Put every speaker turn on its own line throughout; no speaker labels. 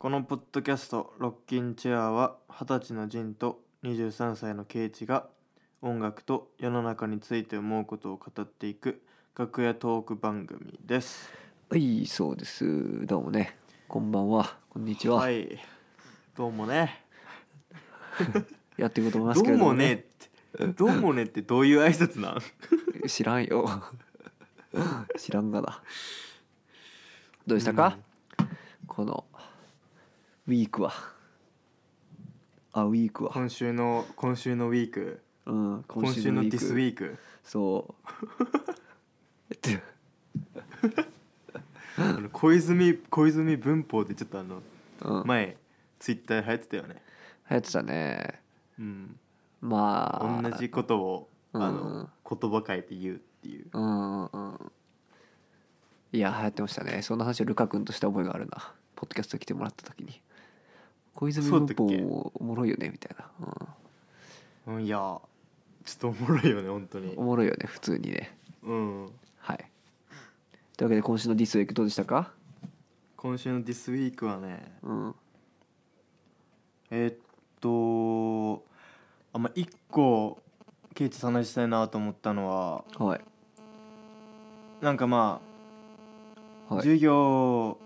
ポッドキャスト「ロッキンチェア」は20歳のジンと23歳のケイチが音楽と世の中について思うことを語っていく楽屋トーク番組です
はい、そうです。どうもね。こんばんは。こんにちは。
はいどうもね
やっていこうと思いま
ど
すけ
う
れど
も
も、
ね
ね。
ってどうもねってどういう挨拶なん
知らんよ。知らんがな。どうでしたか、このウィークは。あ、ウィークは。
今週の今週のウィーク
うん、
今週のディスウィーク
そう。って
あの小泉小泉文法ってちょっとあの
うん、流
前ツイッター流行ってたよね
行ってたね。
うん
まあ。
同じことを
うん
あの言葉変えて言うっていう
うんうんうんいや流行ってましたねそんな話をルカ君とした覚えがあるなポッドキャスト来てもらった時に小泉
そうだ
文
っ
法
たっけ
もおもろいよねみたいな、
うんいやちょっとおもろいよね本当
う
に
ん、おもろいよね普通にね
うん
はいというわけで今週のディスウィークどうでしたか
今週の「ディスウィークはね
うん
えーっとあまあ一個ケイチと話したいなと思ったのは
はい
なんかまあ、
はい
授業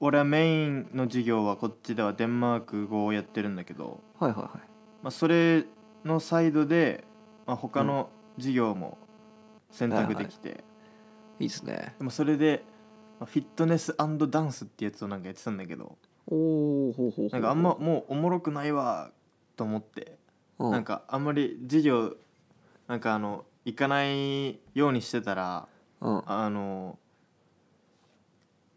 俺はメインの授業はこっちではデンマーク語をやってるんだけど、
はいはいは
まあ、それのサイドで、まあ、他の授業も選択できて、
いいいですね
でもそれでまあフィットネスダンスってやつをなんかやってたんだけど
おおほうほうほう
なんかあんま、もうおもろくないわと思って
う
なんかあんまり授業なんかあの行かないようにしてたら
うんは
あの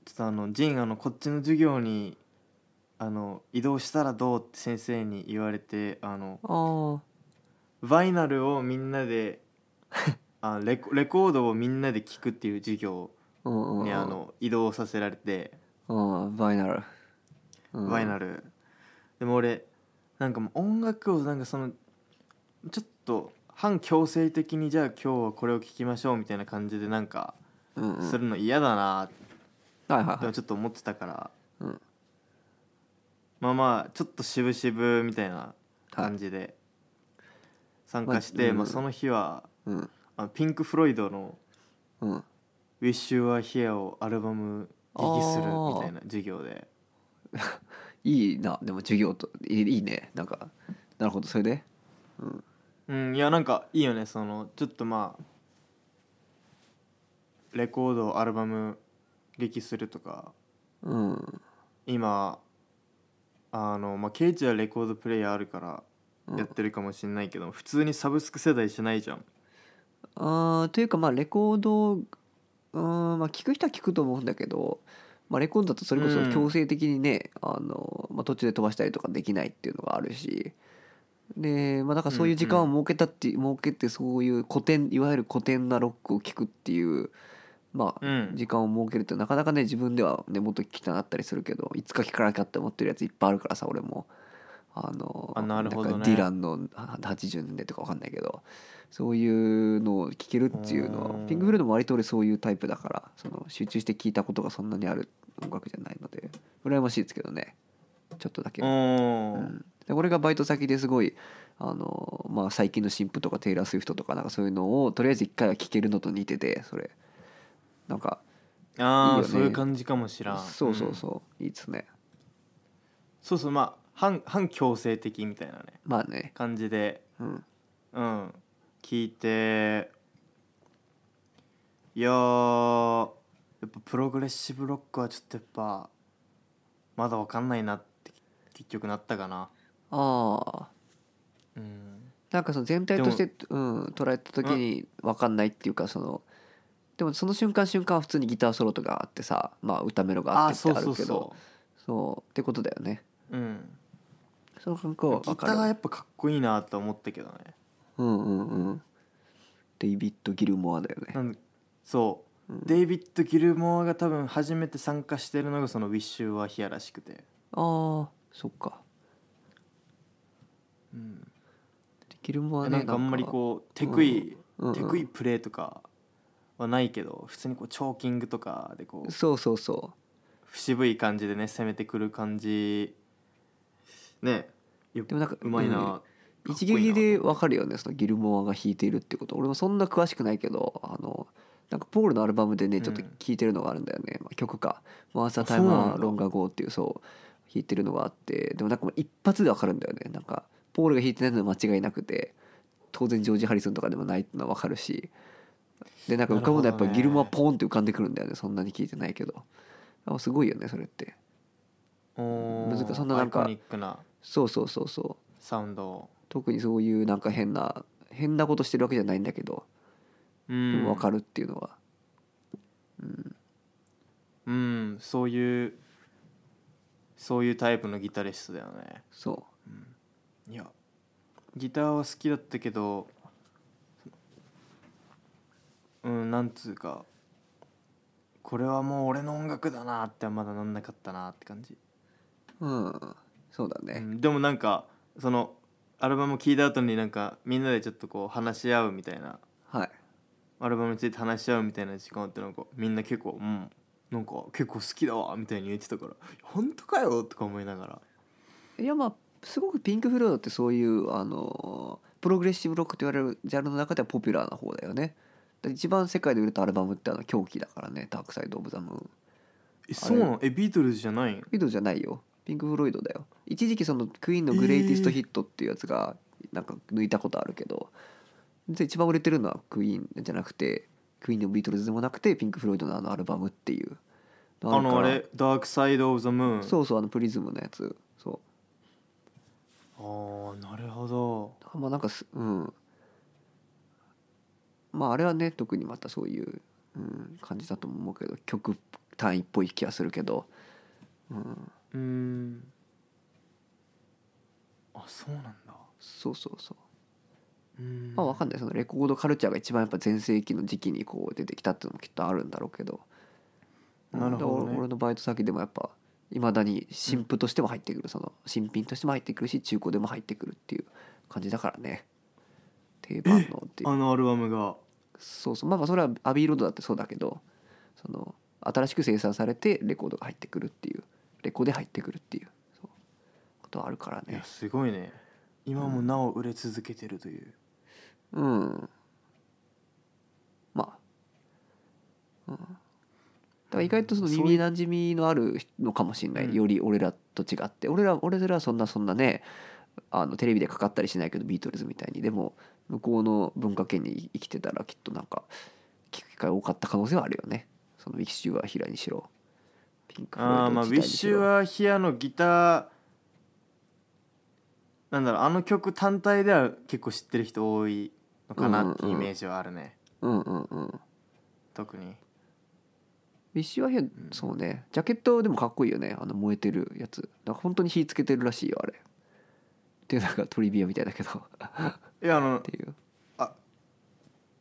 ちょっとあのジンあのこっちの授業にあの移動したらどうって先生に言われてあの
あー
バイナルをみんなであレコレコードをみんなで聞くっていう授業
うんうんうん
にあの移動させられて
うんバイナル、うん、
バイナルでも俺なんかもう音楽をなんかそのちょっと反強制的にじゃあ今日はこれを聴きましょうみたいな感じでなんか
うんうん
するの嫌だなって
はいはい
で
は
も
い
ちょっと思ってたから、
うん
まあまあちょっと渋々みたいな
はい
感じで参加して、
まあ
ま
う
あ
ん
その日は
うん
あのピンク・フロイドの
うん
「Wish You Were Here」をアルバム聴きする
あー
みたいな授業で
いいなでも授業といいいいねなんかなるほどそれで
うんいやなんかいいよねそのちょっとまあレコードアルバム歴するとか
うん
今あのまあケイチはレコードプレイヤーあるから
うん
やってるかもしんないけど、普通にサブスク世代しないじゃん
あーというかまあレコードうーんまあ聞く人は聞くと思うんだけど、まあ、レコードだとそれこ
う
そ
ん
強制的にね、あのまあ、途中で飛ばしたりとかできないっていうのがあるしで、まあ、だからそういう時間を設けたって、設けてそういう古典いわゆる古典なロックを聞くっていうまあ
うん
時間を設けるってなかなかね自分ではねもっと聞きたなったりするけどいつか聞かなきゃって思ってるやついっぱいあるからさ俺もあの
あなるほどね
んかディランのあ80年代とかわかんないけどそういうのを聞けるっていうの
う
は
ん
ピンク・フルードも割と俺そういうタイプだからその集中して聞いたことがそんなにある音楽じゃないので羨ましいですけどねちょっとだけ。
うん
うんで俺がバイト先ですごいあの、まあ、最近の新婦とかテイラー・スウィフトとかなんかそういうのをとりあえず一回は聴けるのと似ててそれなんか
ああ
いいよね
そういう感じかもしらん
そうそ
ん
うそう、いいですね
そうそうまあ反反強制的みたいなね
まあね
感じで
うん
うん聞いていやーやっぱプログレッシブロックはちょっとやっぱまだわかんないなって結局なったかな
ああ
うん
なんかその全体として、うん、捉えた時に分かんないっていうかそのでもその瞬間瞬間は普通にギターソロとかあってさ、まあ、歌メロがあ
あ
っ
ー
てって
そう
あ
そ
る
う
けど
そ
そうってことだよね
ううん
その感覚は
ギ
分
タ
か
ーがや
る
っぱかっこいいなと思ったけどね
うんうんうんデイビッド・ギルモアだよね
なんそう、
うん
デイビッド・ギルモアが多分初めて参加してるのがその「ウィッシュ・はヒア」らしくて、
ああそっか
うん
ギルモアね
なんかあんまりこう手食い、
うんうん
手食いプレーとかはないけど普通にこうチョーキングとかでこう
そうそうそ
渋い感じでね攻めてくる感じねよ
でもなんか
うまいな、かっこいいな
一撃でわかるよねそのギルモアが弾いているってこと俺もそんな詳しくないけどあのなんかポールのアルバムでねちょっと
うん
聴いてるのがあるんだよね、まあ、曲か「マーサー・
あそ
タ
う
イ
なんだ
マー・ロンガ・ゴー」っていうそう弾いてるのがあってでもなんかもう一発でわかるんだよねなんかポールが弾いてないのは間違いなくて当然ジョージ・ハリソンとかでもないってのはわかるしでなんか浮かぶのはやっぱ
なるほどね
ギルモアポーンって浮かんでくるんだよねそんなに聴いてないけどあすごいよねそれって
おー
難しいそんななんか
アイコニックな
そうそうそうそう
サウンドを
特にそういうなんか変な変なことしてるわけじゃないんだけど
う
で
ん
もわかるっていうのは、
うんそういうそういうタイプのギタリストだよね
そ
いやギターは好きだったけどうんなんつうかこれはもう俺の音楽だなってはまだなんなかったなって感じ、
ううんそうだ
う
ね
んでもなんかそのアルバム聴いた後になんかみんなでちょっとこう話し合うみたいな
はい
アルバムについて話し合うみたいな時間あってなんかみんな結構うんなんか結構好きだわみたいに言ってたから本当かよとか思いながら
いやまあすごくピンク・フロイドってそういうあのプログレッシブロックと言われるジャンルの中ではポピュラーな方だよねだ一番世界で売れたアルバムってあの狂気だからね「ダークサイド・オブ・ザ・ムーン」
えそうなのえビートルズじゃないん
フロイドじゃないよピンク・フロイドだよ一時期そのクイーンの「グレイティスト・ヒット」っていうやつがなんか抜いたことあるけど、で一番売れてるのはクイーンじゃなくてクイーンのビートルズでもなくてピンク・フロイドのあのアルバムっていう
あのあ
から
れ「ダークサイド・オブ・ザ・ムーン」
そうそうあのプリズムのやつそう
ああなるほど
あまあなんかすうんまああれはね特にまたそういう、うん、感じだと思うけど曲単位っぽい気がするけど、うん、
うーんあそうなんだ
そうそうそう
うーん
まあわかんないそのレコードカルチャーが一番やっぱ全盛期の時期にこう出てきたっていうのもきっとあるんだろうけど
なるほどね
うんで俺俺のバイト先でもやっぱいまだに新婦としても入ってくる、その新品としても入ってくるし中古でも入ってくるっていう感じだからね定番のっていう
あのアルバムが
そうそうまあまあそれはアビーロードだってそうだけどその新しく生産されてレコードが入ってくるっていうレコで入ってくるっていうそうことはあるから
い
ね
やすごいね今もなお売れ続けてるという
うんまあ、うん、だから意外とその
そういう
耳なじみのあるのかもしれない、
うん
より俺らと違って俺ら俺らはそんなそんなねあのテレビでかかったりしないけどビートルズみたいにでも向こうの文化圏に生きてたらきっとなんか聞く機会多かった可能性はあるよねそのウィッシュは平にしろピンクフロイド
あーまあウ
自
ィ
体
ッ
にし
シ
ろ
ュはヒアのギターなんだろうあの曲単体では結構知ってる人多いのかなって
うん
イ
うんうん
メージはあるね
うんうんうんウ
特に
ィッシュは平そうねジャケットでもかっこいいよねあの燃えてるやつなんか本当に火つけてるらしいよあれっていうなんかトリビアみたいだけどっ
いやあの
ていう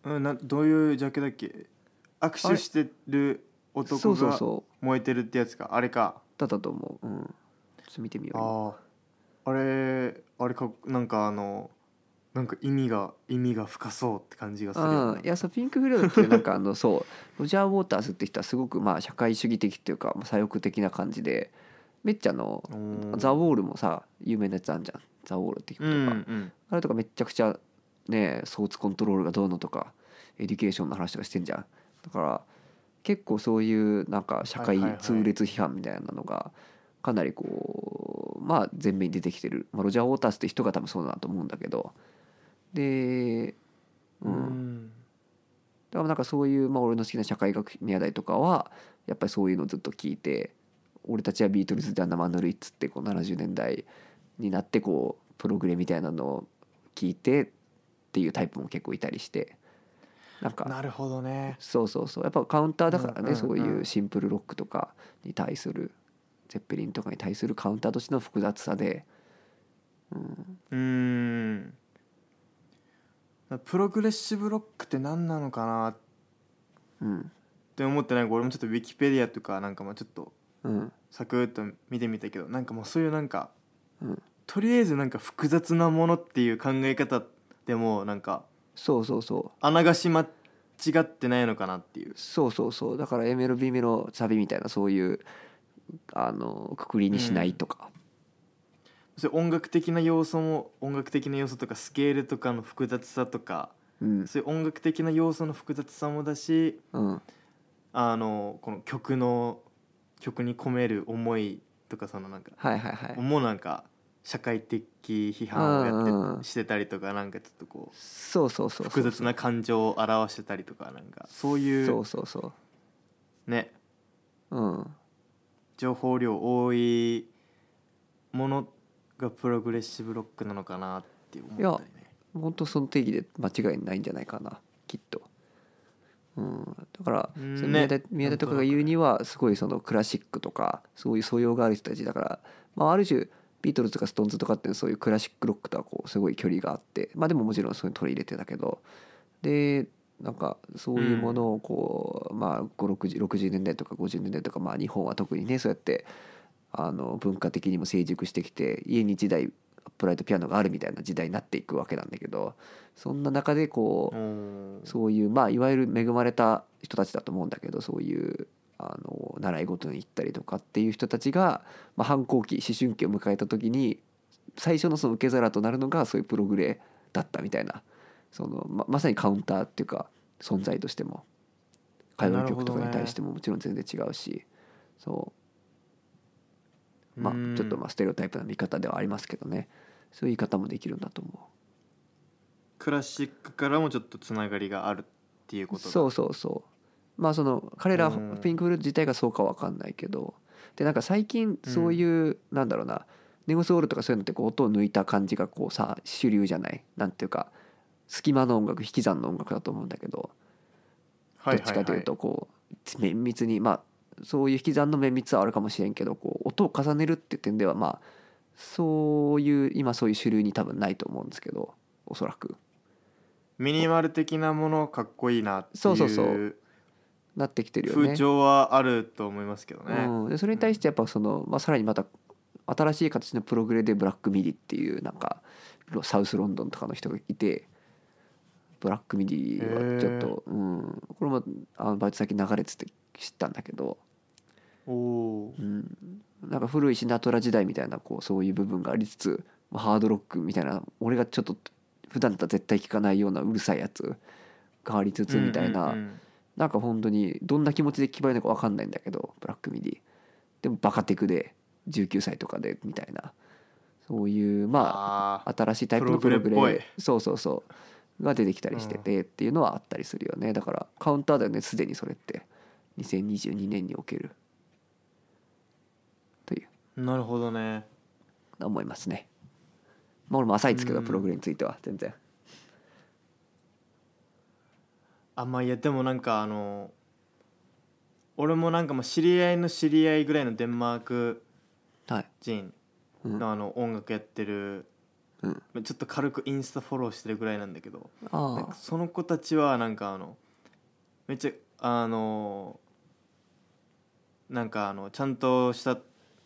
うんなんどういうジャケだっけ握手してる
そ
男
うそう
が
そう
燃えてるってやつかあれか
だったと思ううんちょっと見てみよう今
あああれあれかなんかあのなんか意味が意味が深そうって感じがするよ
あ
ね
いやそうピンク・フロイドっていうなんかあのそうロジャー・ウォーターズって人はすごくまあ社会主義的っていうかまあ左翼的な感じでめっちゃあの
おー
ザ・ウォールもさ有名なやつあんじゃんザ・ウォールって曲
う
とか、
んうん
あれとかめっちゃくちゃねソーツコントロールがどうのとかエデュケーションの話とかしてんじゃんだから結構そういうなんか社会
はいはいはい
痛烈批判みたいなのがかなりこうまあ前面に出てきてる、まあ、ロジャー・ウォータースって人が多分そうだと思うんだけどで
う
うん
ん
だからなんかそういう、まあ、俺の好きな社会学宮台とかはやっぱりそういうのずっと聞いて俺たちはビートルズであんなマヌルイっつってこう70年代になってこうプログレみたいなのを聞いてっていうタイプも結構いたりしてなんか
なるほどね
そうそうそうやっぱカウンターだからね、
うんうんうん
そういうシンプルロックとかに対するゼッペリンとかに対するカウンターとしての複雑さで、うん、
うーんプログレッシブロックって何なのかなっ
うん、
て思ってなんか俺もちょっとウィキペディアとかなんかまあちょっと
うん、
サクッと見てみたけどなんかもうそういうなんか、
うん
とりあえずなんか複雑なものっていう考え方でもなんか
そうそうそう
あながし間違ってないのかなっていう
そうそうそうだから A メロ B メロサビみたいなそういうあのくくりにしないとか、
それ音楽的な要素も音楽的な要素とかスケールとかの複雑さとか
うん
そういう音楽的な要素の複雑さもだし
うん
あのこの曲の曲に込める思いとかそのなんか
はいはいはい
もうなんか社会的批判をやって、
うん
してたりとかなんかちょっとこう
そうそうそうそう
複雑な感情を表してたりとかなんかそうい
そううそうそ
ね
ううん
情報量多いものがプログレッシブロックなのかなって思ったりね
本当その定義で間違いないんじゃないかなきっと、うん、だから、
うん
その
ね
宮田宮田とかが言うにはすごいそのクラシックとかそういう素養がある人たちだから、まあ、ある種ビートルズとかストーンズとかっていうのはそういうクラシックロックとはこうすごい距離があってまあでももちろんそういうの取り入れてたけどでなんかそういうものをこう、まあ5 60 60年代とか50年代とか、まあ、日本は特にねそうやってあの文化的にも成熟してきて家に一台アップライトピアノがあるみたいな時代になっていくわけなんだけどそんな中でこう、
おー
そういうまあいわゆる恵まれた人たちだと思うんだけどそういうあの習い事に行ったりとかっていう人たちが、まあ、反抗期思春期を迎えた時に最初のその受け皿となるのがそういうプログレだったみたいなそのままさにカウンターっていうか存在としても歌謡曲とかに対してももちろん全然違うし、そうま
うん
あちょっとまあステレオタイプな見方ではありますけどねそういう言い方もできるんだと思う。
クラシックからもちょっとつながりがあるっていうことだ
そうそうそうまあその彼ら
うん
ピンク・フルーツ自体がそうかわかんないけどでなんか最近そういう、なんだろうなネゴスウォールとかそういうのってこう音を抜いた感じがこうさ主流じゃないなんていうか隙間の音楽引き算の音楽だと思うんだけどど
は
っ
いはいは
ちか
い
というとこう綿密にまあそういう引き算の綿密はあるかもしれんけどこう音を重ねるっていう点ではまあそういう今そういう主流に多分ないと思うんですけどおそらく
ミニマル的なものかっこいいなって
そうそうそ
いう
うなってきてるよね。
風潮はあると思いますけどね、
うん、でそれに対してやっぱその、まあ、さらにまた新しい形のプログレでブラックミディっていうなんかロサウスロンドンとかの人がいてブラックミディはちょっと、うん、これもあのバイト先流れてて知ったんだけど、
おお
うん、なんか古いシナトラ時代みたいなこうそういう部分がありつつ、まあ、ハードロックみたいな俺がちょっと普段だったら絶対聞かないようなうるさいやつがありつつみたい
うん
な。
うんうん
なんか本当にどんな気持ちで聞ばれるのか分かんないんだけどブラックミディでもバカテクで19歳とかでみたいなそういうま
あ
あ新しいタイプのプロ
プ
グレ
ログレっぽ
そうそうそうが出てきたりしててっていうのはあったりするよねだからカウンターだよねすでにそれって2022年におけるとい
ー
う
なるほどね
思いますねまあ俺も浅いですけど
うん
プログレについては全然
あまあいやでもなんかあの俺もなんかまあ知り合いの知り合いぐらいのデンマーク
はい
人
うん
のあの音楽やってる、
うん
ちょっと軽くインスタフォローしてるぐらいなんだけどなん
あ
かその子たちはなんかあのめっちゃあのなんかあのちゃんとした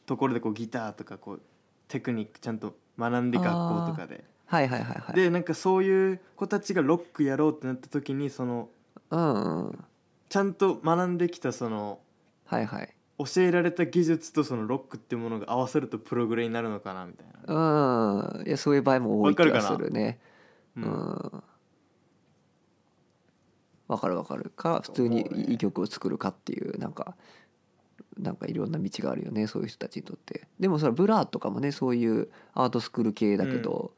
ところでこうギターとかこうテクニックちゃんと学んで学校とかで、
あはいはいはいはい
でなんかそういう子たちがロックやろうってなった時にその
うんうん
ちゃんと学んできたその
はいはい
教えられた技術とそのロックってものが合わせるとプログレになるのかなみたいな、
うんいやそういう場合も多い気
わか
が
るか
す
な
るねう
うん
んわかるわかるか普通に
そうね
いい曲を作るかっていうなんかなんかいろんな道があるよねそういう人たちにとってでもそれブラーとかもねそういうアートスクール系だけど、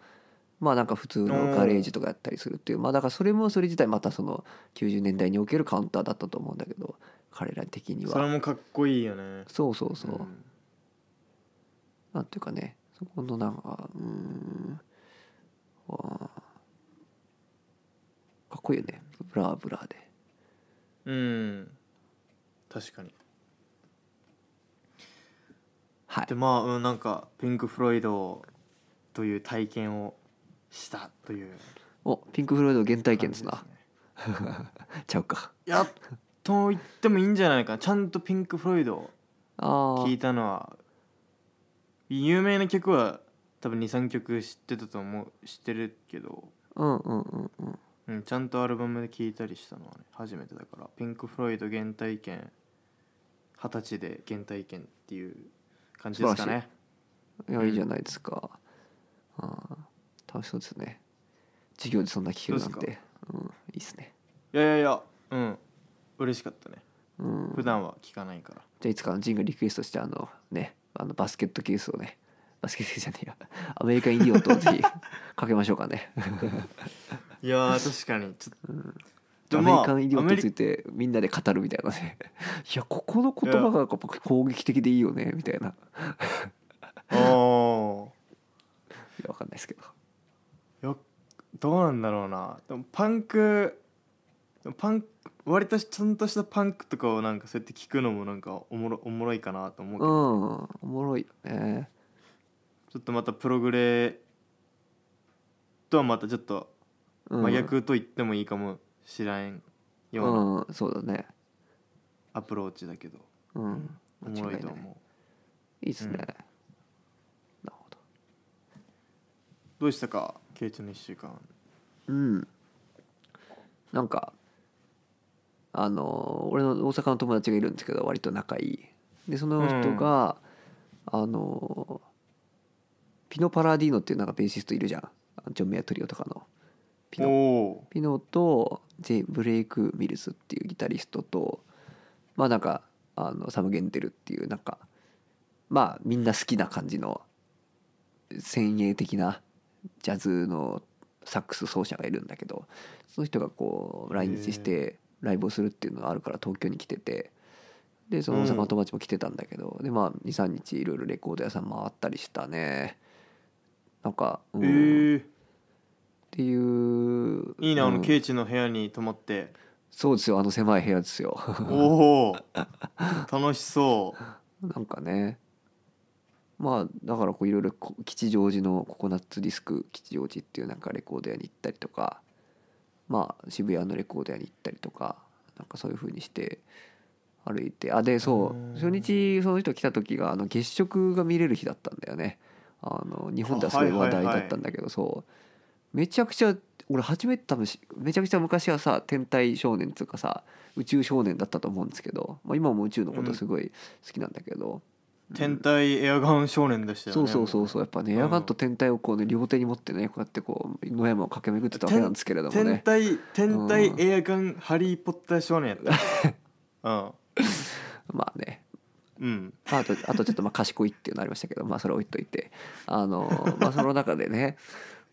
まあなんか普通のガレージとかやったりするっていうまあだからそれもそれ自体またその90年代におけるカウンターだったと思うんだけど彼ら的に
それ
は
もかっこいいよね
そうそうそう、
ん
なんていうかねそこのなんかうーんあーかっこいいよねブラーブラーで
うん確かに
はい
でまあ、うん、なんかピンク・フロイドという体験をしたという
おピンク・フロイド原体験です
感
な
じですね
ちゃうか
やっと言ってもいいんじゃないかなちゃんとピンク・フロイドを
あ
聞いたのは有名な曲は多分23曲知ってたと思う知ってるけど、
あうんうんうんうん
うん、ちゃんとアルバムで聴いたりしたのはね初めてだからピンク・フロイド原体験二十歳で原体験っていう感じですかね
いやいいじゃないですか、あー楽しそうですね授業でそんな聞けるなん
そうです
てうんいいっすね
いやいやいやうん嬉しかったね
うん
普段は聞かないから
じゃあいつかあのジンがリクエストしてあのねあのバスケットケースをねバスケットケースじゃねえやアメリカンイディオットをぜひかけましょうかね
いやー確かにちょっと、
ア
で
メ
も
リカンイディオッ
ま
ト
あ
についてみんなで語るみたいなね いやここの言葉がやっぱ攻撃的でいいよねみたいない
アメリお
やわかんないですけど
ーよどうなんだろうなでもパンクでもパンク割とちゃんとしたパンクとかをなんかそうやって聞くのもなんかおもろおもろいかなと思うけ
うん
ど、
おもろいよね
ちょっとまたプログレとはまたちょっと
うん
真逆と言ってもいいかもしらんような
うんそうだね
アプローチだけど、
うん
おもろいと
間違な
思う
いいですね、
うん
なるほど
どうしたかケイチの1週間
うんなんかあの俺の大阪の友達がいるんですけど割と仲いいでその人が、あのピノ・パラディーノっていうなんかベーシストいるじゃんジョン・メアトリオとかのピノ
お
ピノとジェイブレイク・ミルズっていうギタリストとまあなんかあのサム・ゲンデルっていうなんかまあみんな好きな感じの先鋭的なジャズのサックス奏者がいるんだけどその人がこう来日してライブをするっていうのがあるから東京に来ててでその大阪の友達も来てたんだけど、でまあ23日いろいろレコード屋さん回ったりしたねなんか、う
お
ん
えー
っていう
いいな、あ
う
の
ん
ケイチの部屋に泊まって
そうですよあの狭い部屋ですよ
おお楽しそう
なんかねまあだからこういろいろこ吉祥寺のココナッツディスク吉祥寺っていうなんかレコード屋に行ったりとかまあ渋谷のレコード屋に行ったりとかなんかそういう風にして歩いてあでそう
うん
初日その人来た時があの月食が見れる日だったんだよねあの日本ではすごい話題だったんだけどそうめちゃくちゃ俺初めて多分しめちゃくちゃ昔はさ天体少年っていうかさ宇宙少年だったと思うんですけど、まあ、今も宇宙のことすごい好きなんだけど、
天体エアガン少年でしたよね
そうそうそうそうやっぱねエアガンと
う
天体をこうね両手に持ってねこうやってこう野山を駆け巡ってたわけなんですけれども
天
ね
体天体
うん
エアガンハリー・ポッター少年やった
まあね
うんうん
あとあとちょっとまあ賢いっていうのありましたけど、まあ、それは置いといてあの、まあ、その中でね、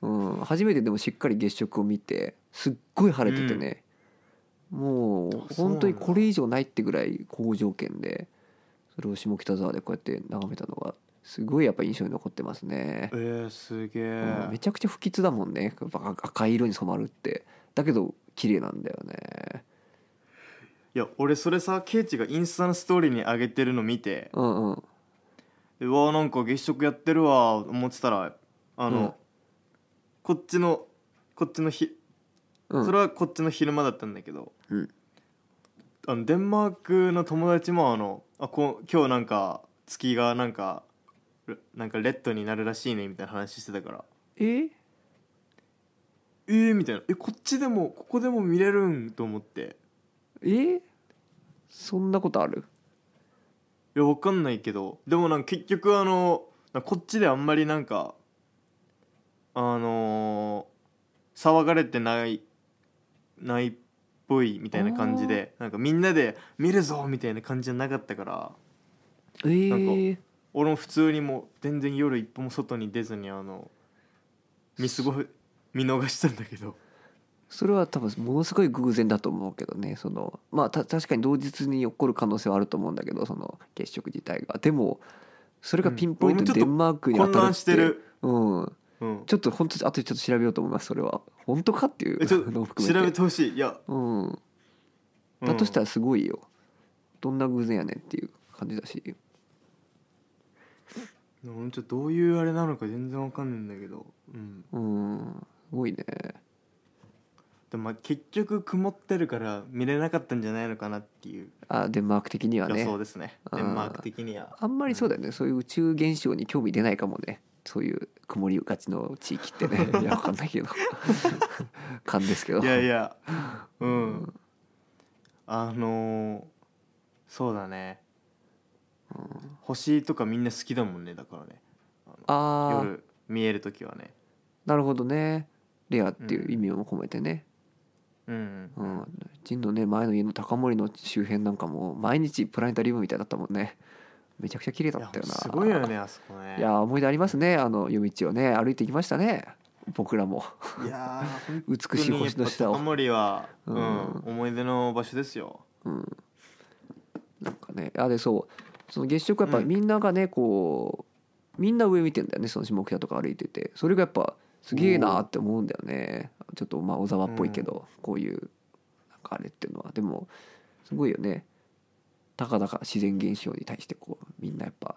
うん、初めてでもしっかり月食を見てすっごい晴れててね、もう
あそうなん
本
だ
当にこれ以上ないってぐらい好条件でそれを下北沢でこうやって眺めたのがすごいやっぱ印象に残ってますね
え。ー、すげえ、
うんめちゃくちゃ不吉だもんねやっぱ赤い色に染まるってだけど綺麗なんだよね
いや俺それさケイチがインスタのストーリーに上げてるの見て
うんうん
うわーなんか月食やってるわー思ってたらあの、
うん
こっちのこっちの日
うん
それはこっちの昼間だったんだけど、
うん
あのデンマークの友達もあのあこう今日なんか月がなんかレなんかレッドになるらしいねみたいな話してたから
え
えー、みたいなえこっちでもここでも見れるんと思って
えそんなことある
いやわかんないけどでもなんか結局あのなんかこっちであんまりなんかあのー騒がれてないないっぽいみたいな感じでなんかみんなで見るぞみたいな感じじゃなかったから
えー、
俺も普通にもう全然夜一歩も外に出ずにあの見過ご見逃したんだけど
それは多分ものすごい偶然だと思うけどねそのまあた確かに同日に起こる可能性はあると思うんだけどその月食自体がでもそれがピンポイン
うん俺もちょ
ト
っと
デンマークに当
混
たる
乱
っ,、
しててる、
うん
うん、
ちょっと本当あとちょっと調べようと思いますそれは本当かってい
えちょっ
うのを
と
含めて
調べてほしいいや、
うん
うん
だとしたらすごいよどんな偶然やねんっていう感じだし
俺ちょっとどういうあれなのか全然わかんないんだけど、うん、
うんすごいね
でもまあ結局曇ってるから見れなかったんじゃないのかなっていう
あデンマーク的には
予
ね
想ですね
あー
デンマーク的には
あんまりそうだよね、そういう宇宙現象に興味出ないかもねそういう曇りがちの地域っ てねいやわかんないけど 勘ですけど
いやいやう
うんん、
あのーそうだね
うん
星とかみんな好きだもんねだからね
ああ
夜見える時はね
なるほどねレアっていう意味も込めてね、
うん
うんジンのね前の家の高森の周辺なんかもう毎日プラネタリウムみたいだったもんねめちゃくちゃ綺麗だ
い
っ
や
たよな
すごいよねあそこね
いや思い出ありますねあの夜道をね歩いていきましたね僕 らも
いやー本当
美しい
にやっ
星の
ぱ
下を
高、森は、うん
うん
思い出の場所ですよ
うん、なんかねあでそうその月食はやっぱ
うん
みんながねこうみんな上見てんだよねその下北とか歩いててそれがやっぱすげえなって思うんだよねちょっとまあ小沢っぽいけど、こういうなんかあれっていうのはでもすごいよねたかだか自然現象に対してこうみんなやっぱ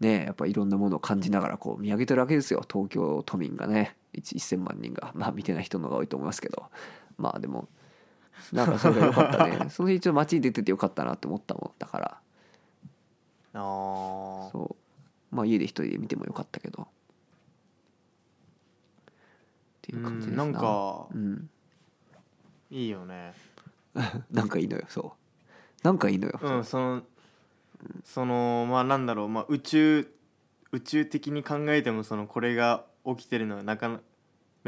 ねやっぱいろんなものを感じながらこう見上げてるわけですよ東京都民がね1 1000万人がまあ見てない人の方が多いと思いますけどまあでもなんかそれが良かった ねその日一応街に出てて良かったなって思ったもんだから
あー
そうまあ家で一人で見ても良かったけどっていう感じ
う
で
ん
す
なんか
うん、
いいよね
なんかいいのよそうなんかいいのよ、
うんそのそのまあなんだろう、まあ、宇宙宇宙的に考えてもそのこれが起きてるのはなかな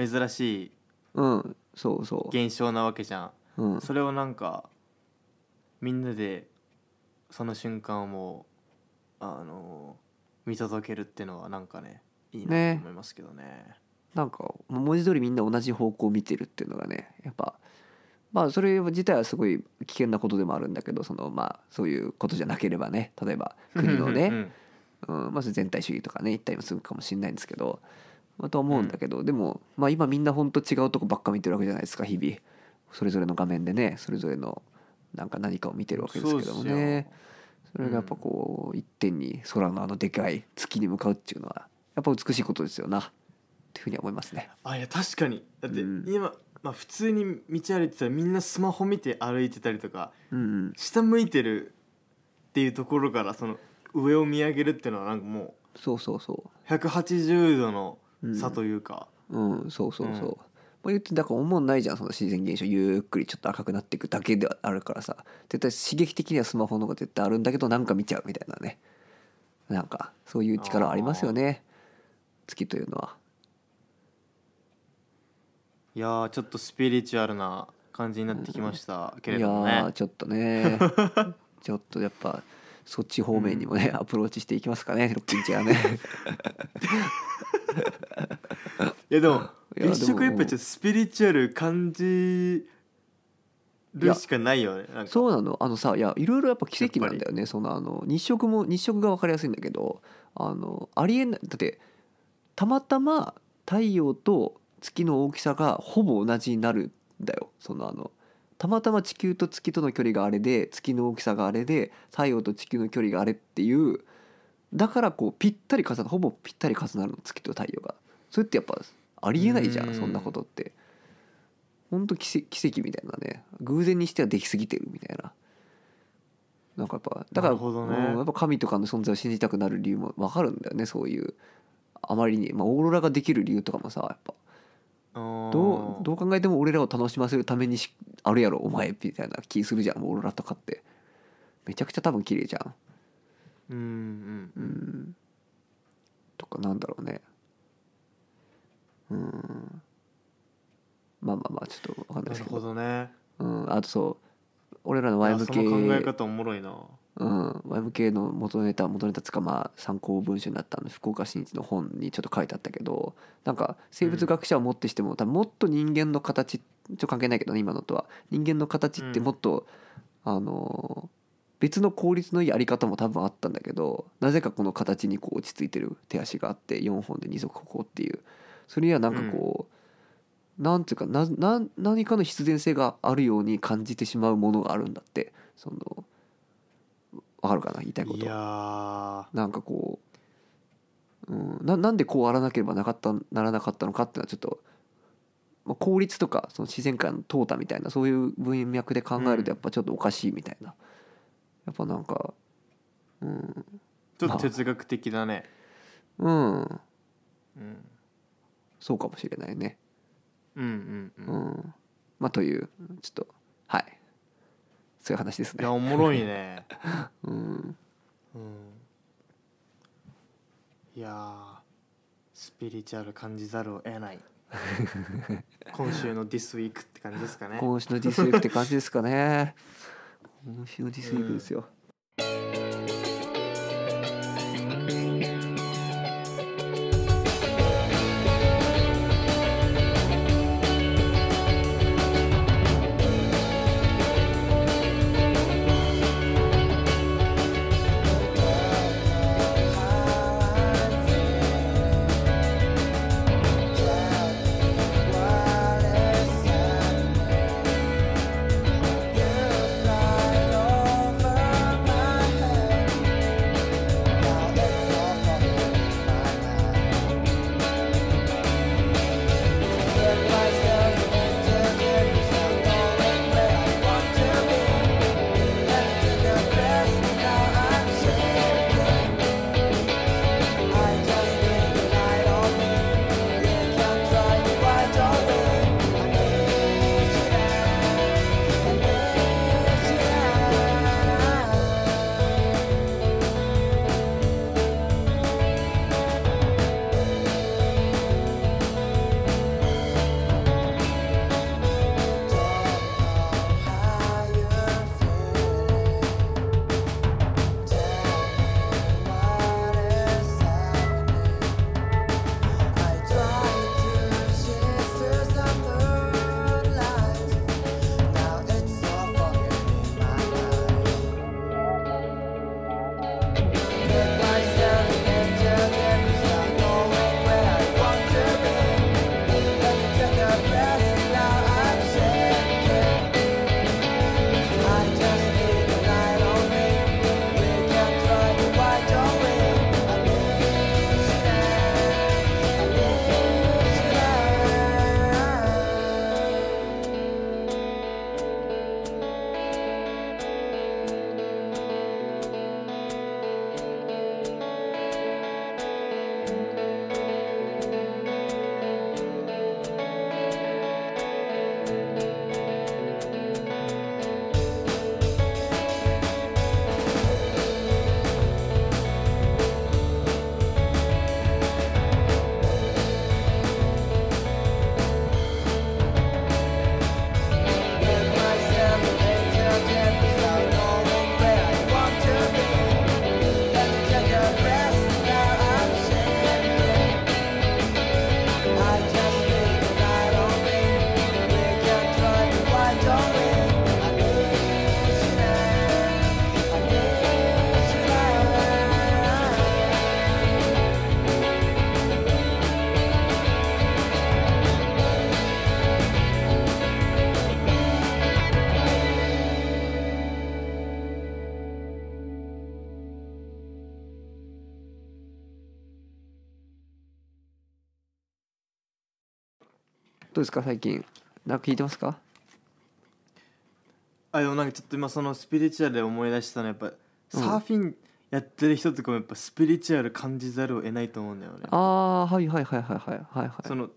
珍し
うんそうそ
い現象なわけじゃん
う、うん、
それをなんかみんなでその瞬間をもうあの見届けるっていうのはなんかねいいな
ね
と思いますけどね
なんか文字通りみんな同じ方向を見てるっていうのがねやっぱまあそれ自体はすごい危険なことでもあるんだけどそのまあそういうことじゃなければね例えば国のね、
うん
うんまあ、それ全体主義とかね言ったりもするかもしれないんですけど、まあ、とは思うんだけど、でも、まあ、今みんな本当違うとこばっか見てるわけじゃないですか日々それぞれの画面でねそれぞれのなんか何かを見てるわけですけどもねそれがやっぱこう一点に空のあのでかい月に向かうっていうのはやっぱ美しいことですよなっていうふうには思いますね。
あいや確かにだって
うん
今、まあ、普通に道歩いてたらみんなスマホ見て歩いてたりとか
うんうん、
下向いてるっていうところからその上を見上げるっていうのはなんかも
そうそうそう
180度の
う、うん、
差というか、
うんそうそうそう、
うん
まあ、言ってだからおもんないじゃんその自然現象ゆっくりちょっと赤くなっていくだけではあるからさ絶対刺激的にはスマホの方が絶対あるんだけどなんか見ちゃうみたいなねなんかそういう力はありますよね月というのは。
いやーちょっとスピリチュアルな感じになってきましたけれ
いや
どもね。
ーちょっと ねちょっとやっぱそっち方面にもね、アプローチしていきますかねロッキンチはね
いやでも
いや
月食
で
や
も
っぱちょっとスピリチュアル感じるしかないよねなんか
そうなのあのさいやいろいろやっぱ奇跡なんだよねそのあの日食も日食が分かりやすいんだけどあのありえないだってたまたま太陽と月の大きさがほぼ同じになるんだよそのあのたまたま地球と月との距離があれで月の大きさがあれで太陽と地球の距離があれっていうだからこうぴったり重なるほぼぴったり重なるの月と太陽がそれってやっぱありえないじゃ
うんん
そんなことってほんと奇跡奇跡みたいなね偶然にしてはできすぎてるみたいななんかやっぱだから
なるほどね
うんやっぱ神とかの存在を信じたくなる理由もわかるんだよねそういうあまりに、まあ、オーロラができる理由とかもさやっぱどうどう考えても俺らを楽しませるためにしあるやろお前みたいな気するじゃんオーロラとかってめちゃくちゃ多分綺麗じゃん
うんうん
うんとかなんだろうねうんまあまあまあちょっとわかん
な
ないです
る
け
ほ
ど
どね
うん、あとそう俺らの
いやその考え
YMK
方おもろいな
うん、YMK の元ネタ元ネタつかまあ参考文集になったあの福岡新一の本にちょっと書いてあったけどなんか生物学者をもってしても、多分もっと人間の形ちょっと関係ないけどね今のとは人間の形ってもっと、あの別の効率のいいあり方も多分あったんだけどなぜかこの形にこう落ち着いてる手足があって4本で二足歩行っていうそれにはなんかこう、なんていうかなな何かの必然性があるように感じてしまうものがあるんだってそのわかるかな言いたいこ
い
と
やー
なんかこう、うん、ななんでこうあらなければなかったならなかったのかっていうのはちょっと、まあ、効率とかその自然界の淘汰みたいなそういう文脈で考える
うん
とやっぱちょっとおかしいみたいな、やっぱなんかうん、
ちょっと哲学的だね、
うん、
うん、
そうかもしれないね、
うんうん
う
うん
ん、まあというちょっとはいそういう話です
い
ね
や。おもろい ね
うん
うんいやースピリチュアル感じざるを得ない 今週の「This Week」って感じですかね
今週のディスウィークって感じです かね今週のディスウィークですよ、どうですか最近なんか聞いてますか
あでもなんかちょっと今そのスピリチュアルで思い出したのはやっぱサーフィンやってる人とかもやっぱスピリチュアル感じざるを得ないと思うんだよね、
ああはいはいはいはいはいはいはい
その